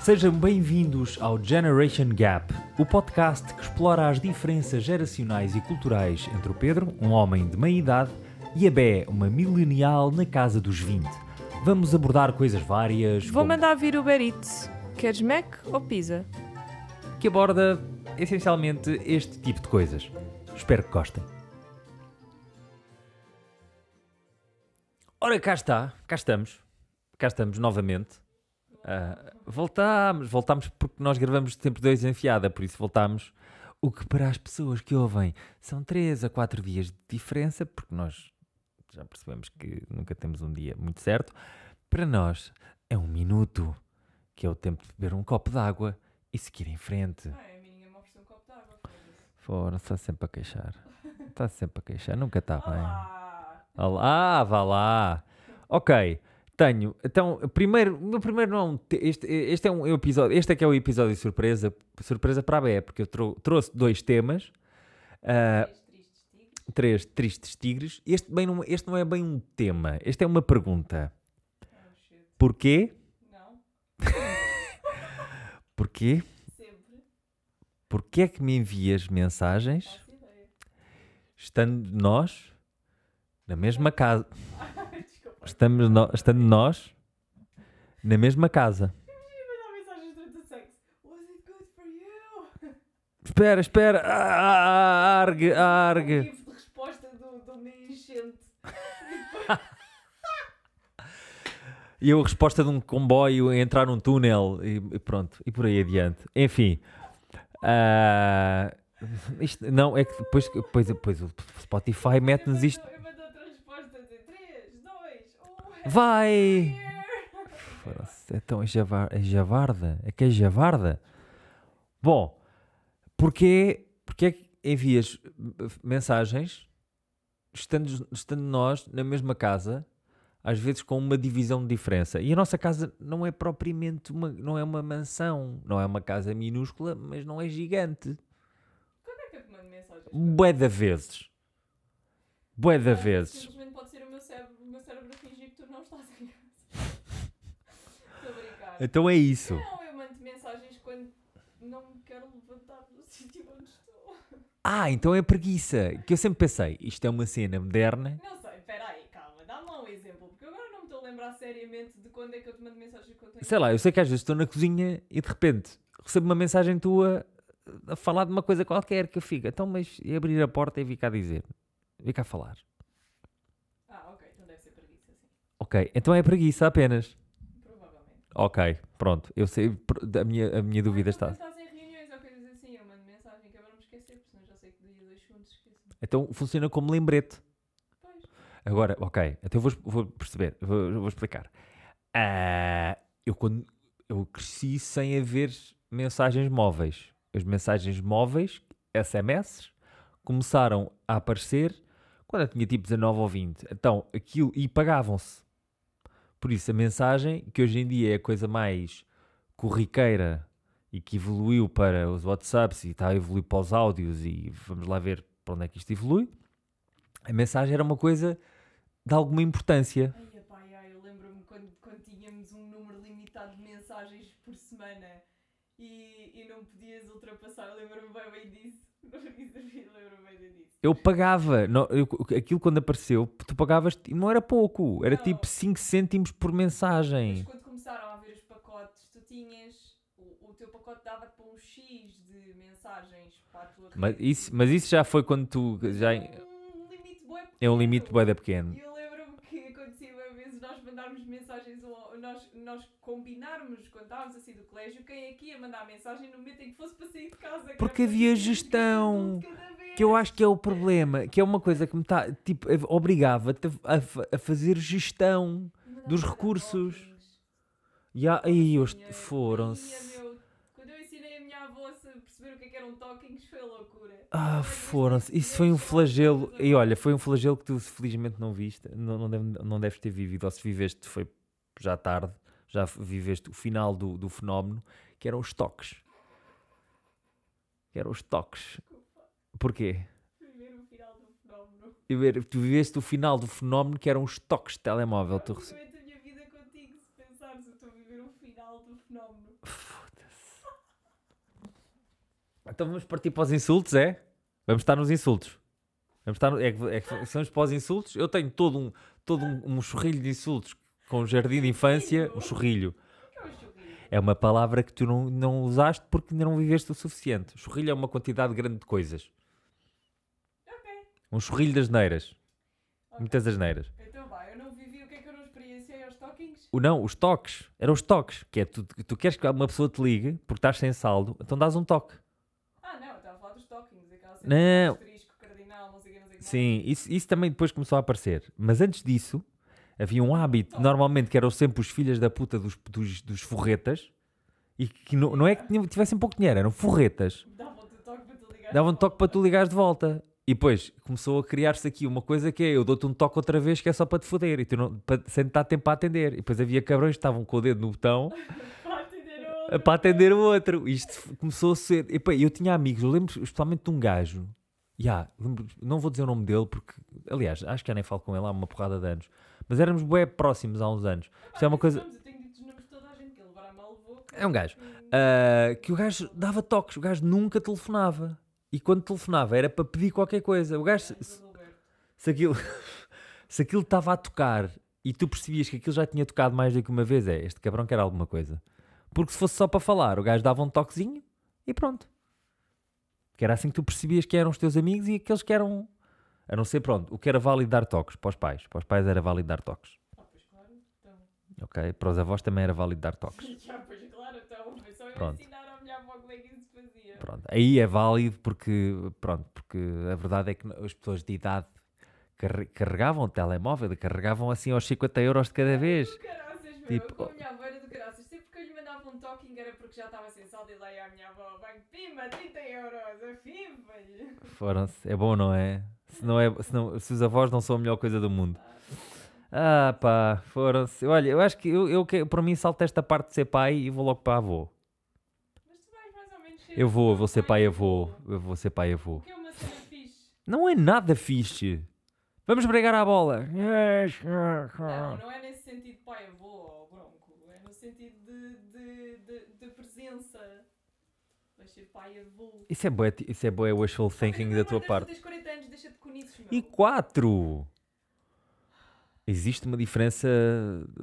Sejam bem-vindos ao Generation Gap, o podcast que explora as diferenças geracionais e culturais entre o Pedro, um homem de meia idade, e a Bé, uma milenial na casa dos 20. Vamos abordar coisas várias, Vou como- mandar vir o Eats. Queres Mac ou pizza? que aborda essencialmente este tipo de coisas. Espero que gostem. Ora, cá está, cá estamos, cá estamos novamente. Ah, voltámos, voltámos porque nós gravamos sempre dois enfiada, por isso voltámos. O que para as pessoas que ouvem são 3 a 4 dias de diferença, porque nós já percebemos que nunca temos um dia muito certo. Para nós é um minuto, que é o tempo de beber um copo de água e seguir em frente. Fora, está sempre a queixar. Está sempre a queixar, nunca está bem. Ah, Olá, vá lá. Ok, tenho. Então, primeiro, o meu primeiro não. é um te- Este, este é um episódio. Este é que é o episódio surpresa, surpresa para a Bé, porque eu trou- trouxe dois temas. ah, três tristes tigres. Este, bem não, este não é bem um tema. Este é uma pergunta. Porquê? Porquê? Porquê é que me envias mensagens estando nós na mesma casa? Estamos no- estando nós na mesma casa. um Espera, espera. Ah, ah, ah, Argue, argue. de resposta do, do meio enchente. E eu a resposta de um comboio a entrar num túnel e e pronto, e por aí adiante. Enfim. ah, isto- não, é que depois, depois, depois o Spotify mete-nos isto. Eu mando outra resposta de um. 3, 2, 1. Vai! Foda-se, Então é, javar, é javarda? É que é javarda? Bom, porquê, porquê é que envias eh, mensagens estando, estando nós na mesma casa, às vezes com uma divisão de diferença? E a nossa casa não é propriamente uma, não é uma mansão, não é uma casa minúscula, mas não é gigante. Como é que eu te mando mensagens? Bué da vezes. Bué da vezes. Simplesmente pode ser o meu cérebro, o meu cérebro a fingir que tu não estás em casa. Estou a brincar. Então é isso. Não, eu mando mensagens quando não me quero levantar do sítio onde estou. Ah, então é preguiça. Que eu sempre pensei, isto é uma cena moderna. Não sei, peraí, calma, dá-me lá um exemplo, porque agora não me estou a lembrar seriamente de quando é que eu te mando mensagem quando tenho. Sei lá, eu sei que às vezes estou na cozinha e de repente recebo uma mensagem tua a falar de uma coisa qualquer que eu fico. Então, mas e abrir a porta e vir cá dizer. Vim cá falar. Ah, ok, então deve ser preguiça, sim. Ok, então é preguiça apenas. Provavelmente. Ok, pronto. Eu sei, pr- a minha, a minha dúvida Ah, quando está. estás em reuniões ou coisas assim, eu mando mensagem que é para não me esquecer, porque senão já sei que dia dois segundos esqueço-me. Então funciona como lembrete. Pois. Agora, ok, então eu vou, vou perceber, vou, vou explicar. Ah, eu quando eu cresci sem haver mensagens móveis. As mensagens móveis, SMS, começaram a aparecer quando eu tinha tipo 19 ou 20. Então, aquilo e pagavam-se. Por isso a mensagem, que hoje em dia é a coisa mais corriqueira e que evoluiu para os WhatsApps e está a evoluir para os áudios e vamos lá ver para onde é que isto evolui. A mensagem era uma coisa de alguma importância. Ai, pai, ai, eu lembro-me quando, quando tínhamos um número limitado de mensagens por semana e, e não podias ultrapassar, eu lembro-me bem, bem disso. assim, lembro-me bem bem disso. Eu pagava, não, eu- aquilo quando apareceu, tu pagavas, e não era pouco, era Não. tipo 5 cêntimos por Mas mensagem. quando começaram a haver os pacotes, tu tinhas. O, o teu pacote dava-te para um X de mensagens para a tua Mas rede. isso, mas isso já foi quando tu. Mas Já, é um limite bué é pequeno. um limite bué da pequeno. E eu lembro-me que acontecia às vezes nós mandarmos mensagens, um ao- nós, nós combinarmos quando estávamos assim do colégio, quem aqui ia mandar mensagem no momento em que fosse para sair de casa. que era Porque para havia dizer, gestão, "Um de cada vez". Que eu acho que é o problema, que é uma coisa que me está, tipo, eh, obrigava-te a, a- a fazer gestão. E mandava dos fazer recursos. toppings. E há- aí, os- Tinha- foram-se. Ia, meu, Quando eu ensinei a minha avó a perceber o que é que eram toquings, foi loucura. Ah, foram-se. Isso foi um flagelo. E olha, foi um flagelo que tu felizmente não viste. Não, não, deve- não deves ter vivido. Ou se viveste, foi já tarde. Já f- viveste o final do, do fenómeno, que eram os toques. Que eram os toques. Porquê? Viver o um final do fenómeno. Eu ver- Tu viveste o final do fenómeno, que eram os toques de telemóvel. Tu rece- um Obviamente a minha vida contigo, se pensares, eu estou a viver o final do fenómeno. Então vamos partir para os insultos, é? Vamos estar nos insultos. Vamos estar no- é, que- é que são os pós-insultos. Eu tenho todo um, todo um, um chorrilho de insultos com o jardim de infância. Um chorrilho. O que é um churrilho? É uma palavra que tu não, não usaste porque ainda não viveste o suficiente. Chorrilho é uma quantidade grande de coisas. Ok. Um chorrilho das neiras. Ok. Muitas asneiras. Então vá, eu não vivi o que é que eu não experienciei aos toquings? O não, os toques. Eram os toques. Que é tu, tu queres que uma pessoa te ligue porque estás sem saldo, então dás um toque. Ah, não, eu estava a falar dos toquings, aquela cena Não. do asterisco, cardinal, não sei o que, não sei o que. mais. Sim, isso, isso também depois começou a aparecer. Mas antes disso, havia um hábito, normalmente, que eram sempre os filhos da puta dos, dos, dos forretas, e que não, não é que tinham- tivessem pouco dinheiro, eram forretas. Davam-te o toque para tu ligar. Davam um toque para tu ligares de volta. E depois começou a criar-se aqui uma coisa que é eu dou-te um toque outra vez que é só para te foder e tu não, para, sem te dar tempo a atender. E depois havia cabrões que estavam com o dedo no botão Para atender a a- outra. eh, para atender o outro. Isto f- começou a ser. Epá, eu tinha amigos, eu lembro especialmente de um gajo. Ya, lembro- não vou dizer o nome dele porque, aliás, acho que já nem falo com ele há uma porrada de anos. Mas éramos bué próximos há uns anos. Isto é uma Esses coisa. nomes, Eu tenho dito os nomes de toda a gente que ele levar a mal levou. É um gajo. ah, que o gajo dava toques, o gajo nunca telefonava. E quando telefonava era para pedir qualquer coisa. O gajo, se- se- se aquilo se aquilo estava a tocar e tu percebias que aquilo já tinha tocado mais do que uma vez, é este cabrão quer alguma coisa. Porque se fosse só para falar, o gajo dava um toquezinho e pronto. Que era assim que tu percebias que eram os teus amigos e aqueles que eram. A não ser, pronto, o que era válido dar toques para os pais. Para os pais era válido dar toques. Ah, pois claro, então. Ok? Para os avós também era válido dar toques. Já, pois claro, então. Foi só eu Pronto. ensinar a minha avó como é que isso se fazia. Pronto. Aí é válido porque, pronto, porque a verdade é que as pessoas de idade carre- carregavam o telemóvel, e carregavam assim aos 50 euros de cada vez. Do caraças, meu. Tipo, eu com a minha avó era do caraças. Sempre que eu lhe mandava um talking era porque já estava sem saldo e lá ia a minha avó ao banco. Pimba, 30 euros, afimba-lhe. Foram-se. É bom, não é? Se, não é se, não- se os avós não são a melhor coisa do mundo. Ah, pá, foram-se. Olha, eu acho que eu, eu que- para mim salto esta parte de ser pai e vou logo para avô. Mas tu vais mais ou menos ser. Eu vou, eu vou ser pai e avô. Eu vou ser pai avô. O que é uma cena fixe? Não é nada fixe. Vamos bregar à bola. Não, Ah. não é nesse sentido pai avô ou bronco. É no sentido de, de, de, de presença. Vais ser pai avô. Isso é boa, isso é boa wishful thinking da tua Mas, parte. Tu tens 40 anos, deixa de conices, meu. E quatro Existe uma diferença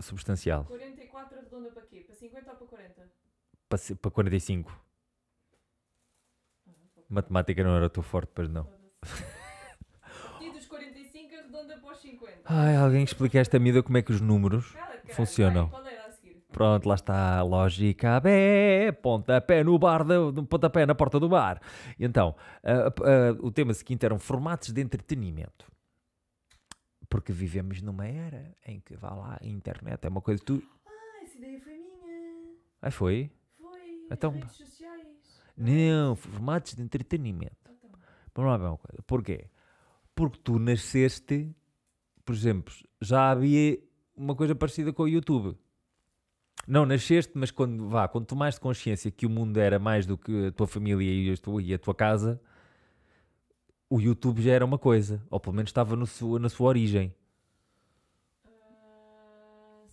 substancial. 44 arredonda para quê? Para 50 ou para 40? Para se- para 45. Ah, para Matemática não era o teu forte, pois não. Foda-se. A partir dos 45 arredonda para os 50. Ai, alguém explica a esta miúda como é que os números. Cala, caralho, Funcionam. vai, Qual era a seguir? Pronto, lá está a lógica. Bé, pontapé no bar, da, do pontapé na porta do bar. E então, ah, ah, o tema seguinte eram formatos de entretenimento. Porque vivemos numa era em que, vá lá, a internet é uma coisa. Tu. Ah, essa ideia foi minha. Ai, foi? Foi. Então- As redes sociais. Não, formatos de entretenimento. Então, Vamos lá ver uma é coisa. Porquê? Porque tu nasceste, por exemplo, já havia uma coisa parecida com o YouTube. Não nasceste, mas quando, vá, quando tomaste consciência que o mundo era mais do que a tua família e a tua, e a tua casa, o YouTube já era uma coisa. Ou pelo menos estava no sua- na sua origem. ah,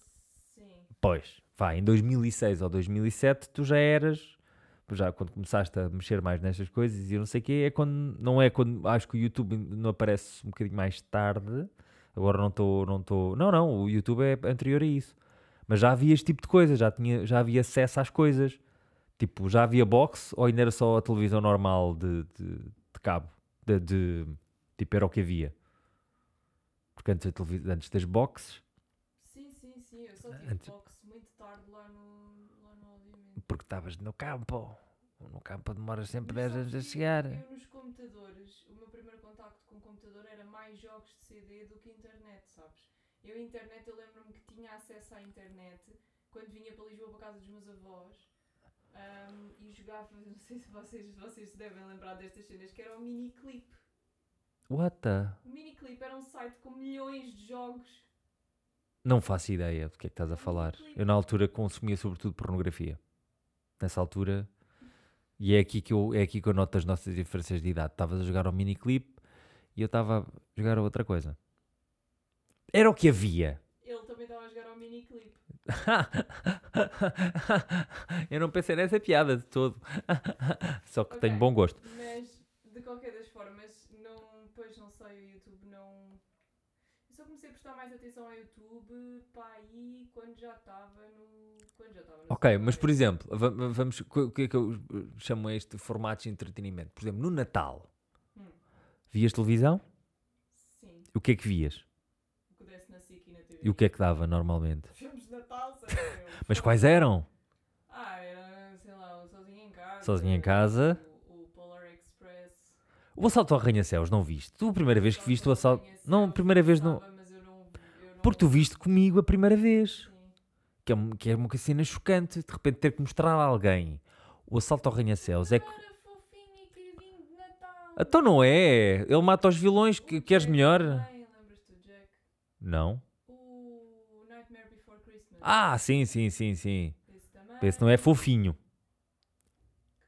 sim. Pois, vá, em 2006 ou 2007 tu já eras, já quando começaste a mexer mais nestas coisas e eu não sei o quê, é quando, não é quando, acho que o YouTube não aparece um bocadinho mais tarde, agora não estou, não estou, não, não, o YouTube é anterior a isso, mas já havia este tipo de coisa, já, tinha, já havia acesso às coisas, tipo, já havia box ou ainda era só a televisão normal de, de, de cabo, de, de, tipo, era o que havia. Porque antes, a televis- antes das boxes Sim, sim, sim. Eu só tive Antes- boxe muito tarde lá no, lá no aviamento. Porque estavas no campo. No campo demoras sempre 10 Mas sabes anos a que chegar. Eu nos computadores, o meu primeiro contacto com o computador era mais jogos de CD do que internet, sabes? Eu internet, eu lembro-me que tinha acesso à internet quando vinha para Lisboa para casa dos meus avós ahm, e jogava, não sei se vocês, vocês se devem lembrar destas cenas, que era o Miniclip. What the? O Miniclip era um site com milhões de jogos. Não faço ideia do que é que estás a falar. Eu na altura consumia sobretudo pornografia. Nessa altura. E é aqui que eu, é aqui que eu noto as nossas diferenças de idade. Estavas a jogar ao miniclip e eu estava a jogar a outra coisa. Era o que havia. Ele também estava a jogar ao Miniclip. eu não pensei nessa piada de todo. Só que Ok. tenho bom gosto. Mas, de qualquer das formas, não, pois não sei, o YouTube não. Eu só comecei a prestar mais atenção ao YouTube para aí quando já estava no. Quando já estava no Ok, secundário. mas por exemplo, va- va- vamos, o que é que eu eh, chamo este formato de entretenimento? Por exemplo, no Natal, Hum. vias televisão? Sim, O que é que vias? o que desse na SIC e na TV. E o que é que dava normalmente? Filmes de Natal, sei lá eu. Mas quais é- eram? Ah, era, sei lá, o Sozinho em Casa. Sozinho em Casa. O, o Polar Express. O assalto ao arranha-céus não viste? Tu a primeira vez que Só viste o eu assalto. conhecia, Não, eu primeira vez não. gostava, mas eu não- eu não- Porque tu viste comigo a primeira vez. Sim. Que é, um- que é uma cena chocante. De repente ter que mostrar a alguém o assalto ao arranha-céus. É que. Era fofinho e queridinho de Natal. Então não é. Ele mata os vilões. O Que, queres Jack melhor? também, Lembras-te do Jack? Não. O Nightmare Before Christmas. Ah, sim, sim, sim, sim. Esse também. Esse não é fofinho.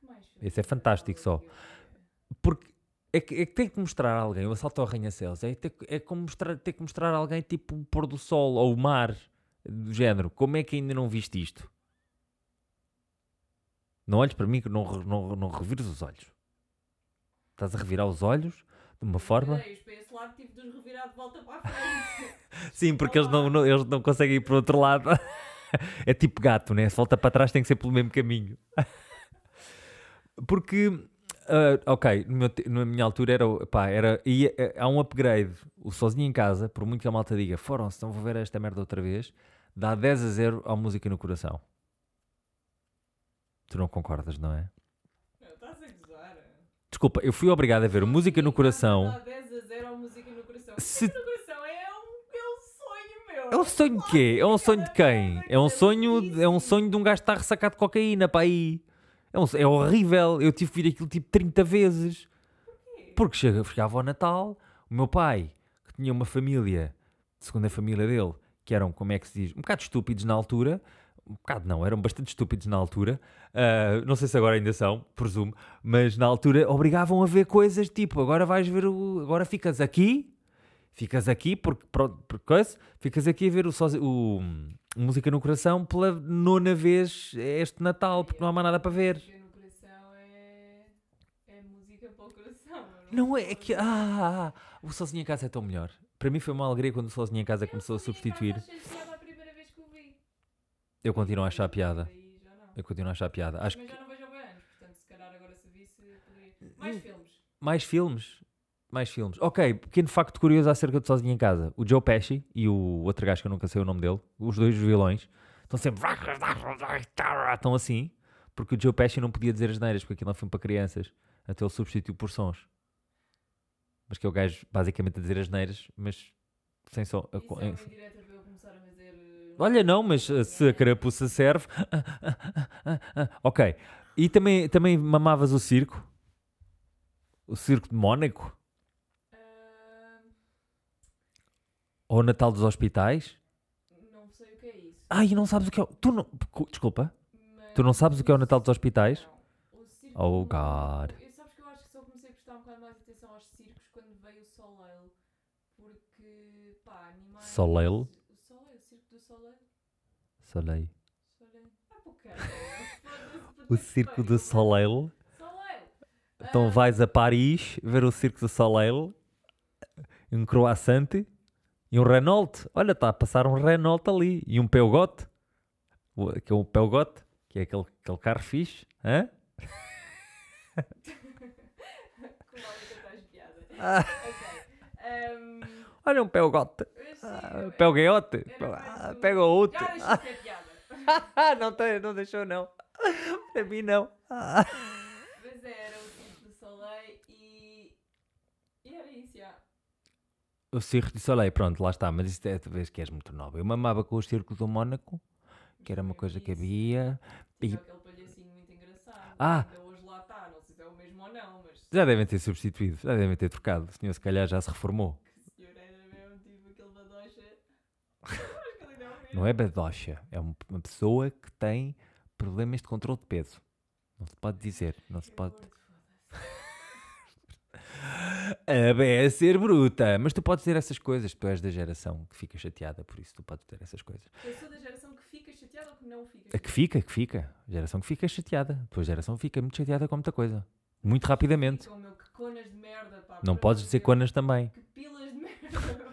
Que mais filme esse é de Natal fantástico só. que eu vi? Porque é que, é que tem que mostrar a alguém o assalto ao arranha-céus. É, ter que- é como mostrar, ter que mostrar a alguém tipo o pôr do sol ou o mar. Do género. Como é que ainda não viste isto? Não olhes para mim que não, re- não, não revires os olhos. Estás a revirar os olhos de uma forma. Virei-os para esse lado, tive de os revirar de volta para a frente. Sim, porque eles não, não- eles não conseguem ir para o outro lado. É tipo gato, né? Se volta para trás tem que ser pelo mesmo caminho. Porque, ah, ok, no meu te- na minha altura era, o- pá, era e, eh, há um upgrade. O Sozinho em Casa, por muito que a malta diga, foram-se, não vou ver esta merda outra vez, dá 10 a 0 à música no coração. Tu não concordas, não é? Não, Estás a gozar. Desculpa, eu fui obrigado a ver o Música no Coração. Dá 10 a 0 ao Música no Coração. Se- Música no Coração é um, é um sonho meu. É um sonho de quê? É um sonho de quem? É um sonho, é um Lindíssimo. sonho de um gajo que está ressacado de cocaína para aí. É, um- é horrível. Eu tive que vir aquilo tipo 30 vezes. Porque chega- chegava ao Natal, o meu pai, que tinha uma família, segunda família dele, que eram, como é que se diz, um bocado estúpidos na altura. Um bocado não, eram bastante estúpidos na altura. Ah, não sei se agora ainda são, presumo. Mas na altura obrigavam a ver coisas tipo, agora vais ver o... Agora ficas aqui Ficas aqui, porque, pronto, porque coisa, ficas aqui a ver o, sozi- o- o Música no Coração pela nona vez este Natal, porque não há mais nada para ver. Música no Coração é. É música para o coração. eu Não é, é sei. que. Ah, o Sozinho em Casa é tão melhor. Para mim foi uma alegria quando o Sozinho em Casa Eu começou a sabia que substituir. estava chateada é a primeira vez que o vi. Eu continuo a achar Mas piada. aí já não. Eu continuo a achar piada. Acho Mas que já não vejo há bem anos, portanto, se calhar agora se visse, poderia. Hum. Mais filmes. mais filmes. Mais filmes. Ok, pequeno facto curioso acerca do Sozinho em Casa. O Joe Pesci e o outro gajo que eu nunca sei o nome dele, os dois vilões, estão sempre. Estão assim, porque o Joe Pesci não podia dizer as neiras, porque aquilo é um filme para crianças. Então ele substituiu por sons. Mas que é o gajo basicamente a dizer as neiras, mas sem som. Isso é uma em- indireta para eu começar a fazer. eh, Olha, não, mas uh, se a carapuça serve. ok. E também, também mamavas o circo? O circo de Mónaco? Ah, Ou o Natal dos Hospitais? não sei o que é isso. Ai, não sabes o que é. o- Tu não. cu- Desculpa. mas Tu não sabes o que é o Natal dos Hospitais? Não. O circo Oh, não- God. Eu sabes que eu acho que só comecei a prestar um bocado mais atenção aos circos quando veio o Soleil. Porque, pá, animais. Soleil? O Soleil, o circo do Soleil. Soleil. Soleil. Ah, pô, cara. Foda-se, O circo do Soleil. Soleil. Então Ah, vais a Paris ver o circo do Soleil. Um croissant e um Renault. Olha, está a passar um Renault ali. E um Peugeot. O- Que é um Peugeot. Que é aquele, aquele carro fixe. Hã? Cláudia, estás piada. Ah. Ok. Um, Olha um Pelgote. eu sei, Ah, eu- Pelgueote. era Pel- mais ah, um- Pega outro. Já deixa de ser é piada. Ah, não, tem, não deixou, não. Para mim, não. Ah. Mas era o Circo do Soleil e. E era isso, já. O Circo de Soleil, pronto, lá está. Mas isto é de vez que és muito nova. Eu mamava com o Circo do Mónaco, que era uma É coisa que havia. E- Tinha aquele palhacinho muito engraçado. Ah. Ainda hoje lá está, não sei se é o mesmo ou não, mas Já devem ter substituído, já devem ter trocado. O senhor, se calhar, já se reformou. o senhor era mesmo tipo aquele badocha. Eu acho que ele ainda é o mesmo. Não é badocha. É um- uma pessoa que tem problemas de controle de peso. Não se pode dizer. Não se É pode. gordo, foda-se. A Bé é ser bruta. Mas tu podes dizer essas coisas. Tu és da geração que fica chateada por isso. Tu podes dizer essas coisas. Eu sou da geração que fica ou que não fica? A É que fica, que fica. A geração que fica é chateada. A tua geração fica muito chateada com muita coisa. Muito rapidamente. Ficam, Tipo, "Oh, meu, que conas de merda, pá. Não por podes amor de dizer Deus. conas também. Que pilas de merda.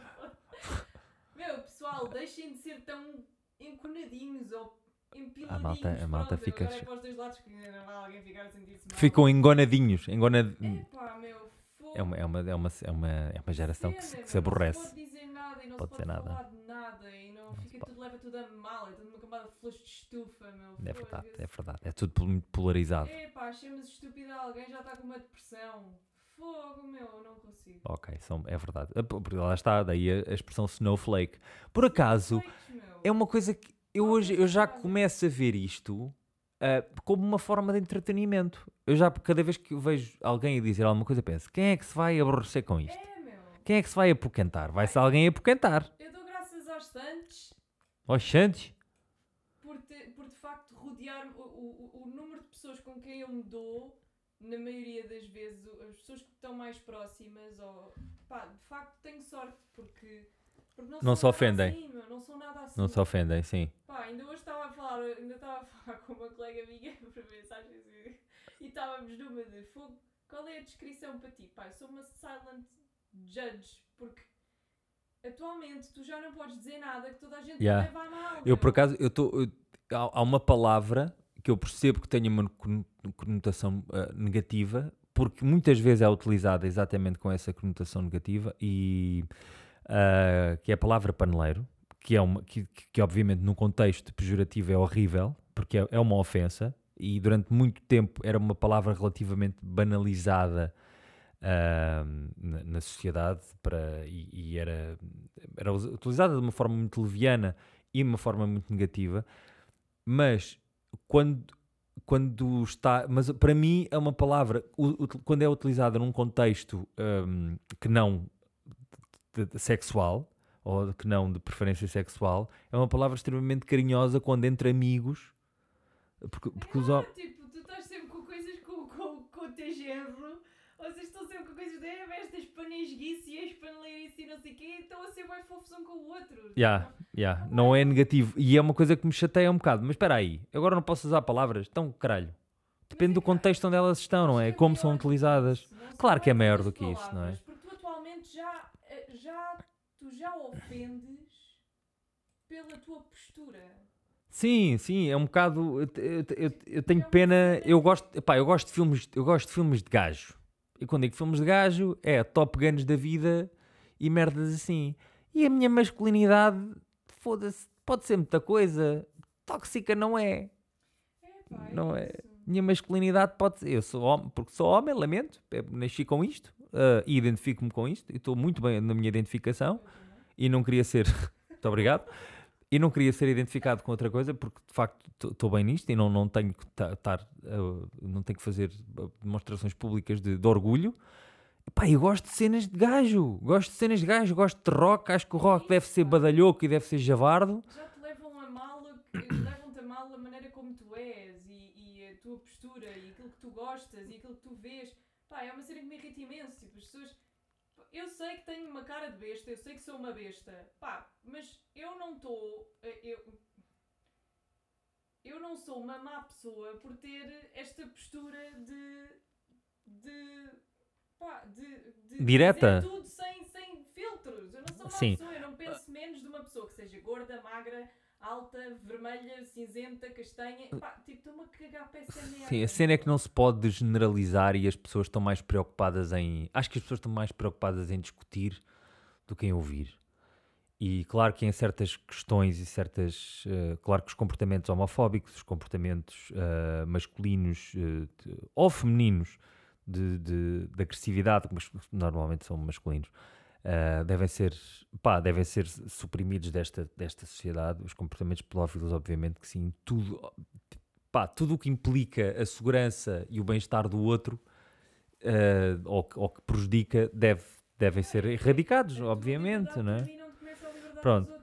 meu, pessoal, deixem de ser tão enconadinhos ou empiladinhos. malta- a malta Pronto, fica Agora é ch- para os dois lados que ainda não vai alguém ficar a sentir-se mal. Ficam engonadinhos. Engona... Epá, meu, fogo. um- É, uma, é, uma, é, uma, é, uma, é uma geração que se, Cena, que se meu, aborrece. Não se pode dizer nada e não Pode se dizer pode nada. falar de nada e não, fica tudo, leva tudo a mal, é tudo uma camada de flores de estufa, meu. É verdade, é verdade. É tudo pol- muito polarizado. É pá, chama-se estúpido alguém, já está com uma depressão. Fogo, meu, não consigo. Ok, são, é verdade. Ah, pô, Porque lá está, daí a, a expressão snowflake. Por acaso, Feitos, meu. é uma coisa que eu hoje eu já começo a ver isto ah, como uma forma de entretenimento. Eu já, cada vez que eu vejo alguém a dizer alguma coisa, penso: quem é que se vai aborrecer com isto? É, meu. Quem é que se vai apoquentar? Vai-se alguém apoquentar. oh, Eu dou graças aos Santos Oxantes. por, te- por de facto rodear o, o, o número de pessoas com quem eu me dou, na maioria das vezes, o- as pessoas que estão mais próximas, ou pá, de facto tenho sorte porque, porque não, Não se sou nada ofendem. assim, meu, não sou nada assim. Não se ofendem, sim. Pá, ainda hoje estava a falar, ainda estava a falar com uma colega minha por mensagens e- e estávamos numa de fogo. Qual é a descrição para ti? Pá, eu sou uma silent judge, porque atualmente tu já não podes dizer nada que toda a gente Yeah. te leva a mal. Eu, por meu. acaso, eu estou. Há, há uma palavra que eu percebo que tem uma cono- conotação ah, negativa, porque muitas vezes é utilizada exatamente com essa conotação negativa, e ah, que é a palavra paneleiro, que, é uma, que, que- que obviamente num contexto pejorativo é horrível, porque é, é uma ofensa, e durante muito tempo era uma palavra relativamente banalizada. ah, na, na sociedade para, e, e era, era us- utilizada de uma forma muito leviana e de uma forma muito negativa, mas quando, quando está. Mas para mim é uma palavra, u- ut- quando é utilizada num contexto hum, que não de- de- sexual, ou que não de preferência sexual, é uma palavra extremamente carinhosa quando entre amigos. Porque, porque os Ah, homens. tipo, tu estás sempre com coisas com, com, com o teu género, vocês estão sempre com coisas de "Eh, estas panesguice e as paneleirice e não sei o quê, estão a ser bem fofos um com o outro. Tipo, Yeah, yeah, não é negativo. E é uma coisa que me chateia um bocado. Mas espera aí, agora não posso usar palavras? Então, caralho. Depende do contexto onde elas estão, não é? Como são utilizadas. Claro que é maior do que isso, não é? Porque tu atualmente já, eh, já, tu já ofendes pela tua postura. Sim, sim, é um bocado. Eu, te- eu te- eu te- eu É tenho uma pena. cena Eu que- gosto, epá, eu gosto de filmes, eu gosto de filmes de gajo. E quando digo filmes de gajo, é top guns da vida e merdas assim. E a minha masculinidade, foda-se, pode ser muita coisa. Tóxica não é. É, pá, Não é- isso. Minha masculinidade pode ser. Eu sou homem, porque sou homem, lamento. eh, Nasci com isto ah, e identifico-me com isto. E estou muito bem na minha identificação e não queria ser. Muito obrigado. E não queria ser identificado com outra coisa porque de facto estou bem nisto e não, não tenho que ta- tar, eh, não tenho que fazer eh, demonstrações públicas de, de orgulho. Pá, eu gosto de cenas de gajo, gosto de cenas de gajo, gosto de rock, acho que o rock deve ser badalhoco e deve ser javardo. Já te levam a mal, o que- levam-te a mal a maneira como tu és e, e a tua postura e aquilo que tu gostas e aquilo que tu vês. Pá, é uma cena que me irrita imenso. Tipo, as pessoas. Eu sei que tenho uma cara de besta, eu sei que sou uma besta. Pá, mas eu não estou. Eu, eu não sou uma má pessoa por ter esta postura de. de. pá, de. de Direta. dizer tudo sem, sem filtros. Eu não sou uma Sim. pessoa, eu não penso menos de uma pessoa que seja gorda, magra, alta, vermelha, cinzenta, castanha. Pá, tipo, estou-me a cagar para essa merda. Sim, a cena é que não se pode generalizar e as pessoas estão mais preocupadas em. Acho que as pessoas estão mais preocupadas em discutir do que em ouvir. E claro que em certas questões e certas. eh, claro que os comportamentos homofóbicos, os comportamentos eh, masculinos eh, de- ou femininos de, de- de agressividade, que mas- normalmente são masculinos, eh, devem, ser, pá, devem ser suprimidos desta, desta sociedade. Os comportamentos pedófilos, obviamente, que sim, tudo, pá, tudo o que implica a segurança e o bem-estar do outro eh, ou, que- ou que prejudica deve, devem ser É erradicados, obviamente, não é? Pronto. Pronto.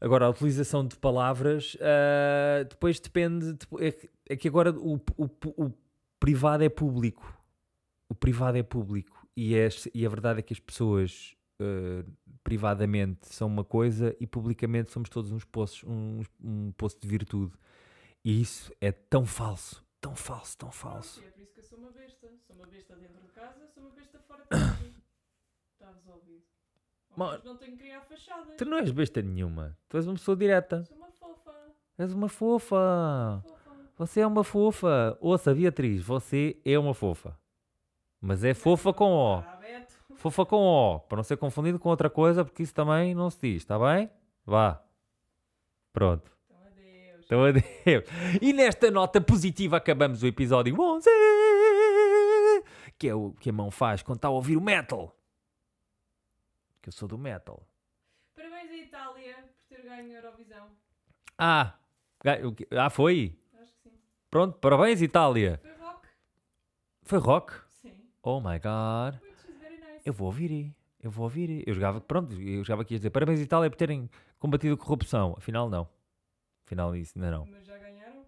Agora, a utilização de palavras ah, depois depende. depo- é, que- é que agora o, p- o p- o privado é público. O privado é público. E, é, e a verdade é que as pessoas, ah, privadamente são uma coisa e publicamente somos todos uns poços, uns- um poço de virtude. E isso é tão falso, tão falso, tão falso. Pronto, e É por isso que eu sou uma besta. Sou uma besta dentro de casa, sou uma besta fora de casa. Está resolvido. Ao Mas- menos não tenho que criar fachadas. Tu não és besta nenhuma. Tu és uma pessoa direta. Sou uma fofa. És uma fofa. fofa. Você é uma fofa. Ouça, Beatriz, você é uma fofa. Mas é fofa com O. Ah, Beto. Fofa com O. Para não ser confundido com outra coisa, porque isso também não se diz, está bem? Vá. Pronto. Então adeus. Então adeus. E nesta nota positiva acabamos o episódio 11. Que é o que a mão faz quando está a ouvir o metal. Que eu sou do metal. Parabéns à Itália por ter ganho a Eurovisão. Ah, ga- o que- ah foi? Acho que sim. Pronto, parabéns Itália. Foi rock? Foi rock? Sim. Oh my god. Which is very nice. Eu vou ouvir, eu vou ouvir. Eu jogava, pronto, eu jogava aqui a dizer parabéns Itália por terem combatido a corrupção. Afinal, não. Afinal, isso ainda não. Mas já ganharam?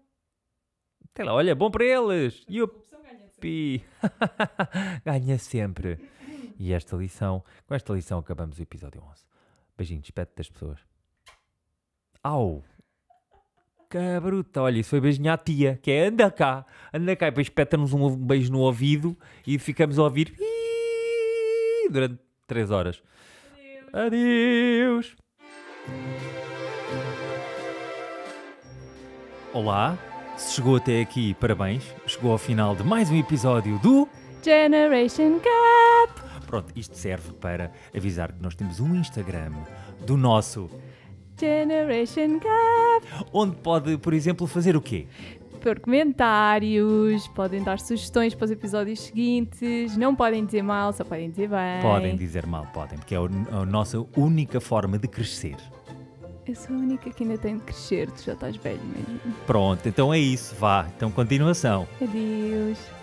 Sei lá, olha, bom para eles. A Yup. corrupção ganha de sempre. Pi. Ganha sempre. E esta lição, com esta lição acabamos o episódio 11. Beijinhos, espeto das pessoas. Au! Cabruta, olha, isso foi beijinho à tia, que é anda cá, anda cá, e depois espeta-nos um beijo no ouvido e ficamos a ouvir "Ih", durante 3 horas. Adeus! Adeus. Olá, se chegou até aqui, parabéns, chegou ao final de mais um episódio do. Generation Gap! Pronto, isto serve para avisar que nós temos um Instagram do nosso, Generation Gap! onde pode, por exemplo, fazer o quê? Por comentários, podem dar sugestões para os episódios seguintes, não podem dizer mal, só podem dizer bem. Podem dizer mal, podem, porque é o- a nossa única forma de crescer. Eu sou a única que ainda tem de crescer, tu já estás velho mesmo. Pronto, então é isso, vá, então continuação. Adeus!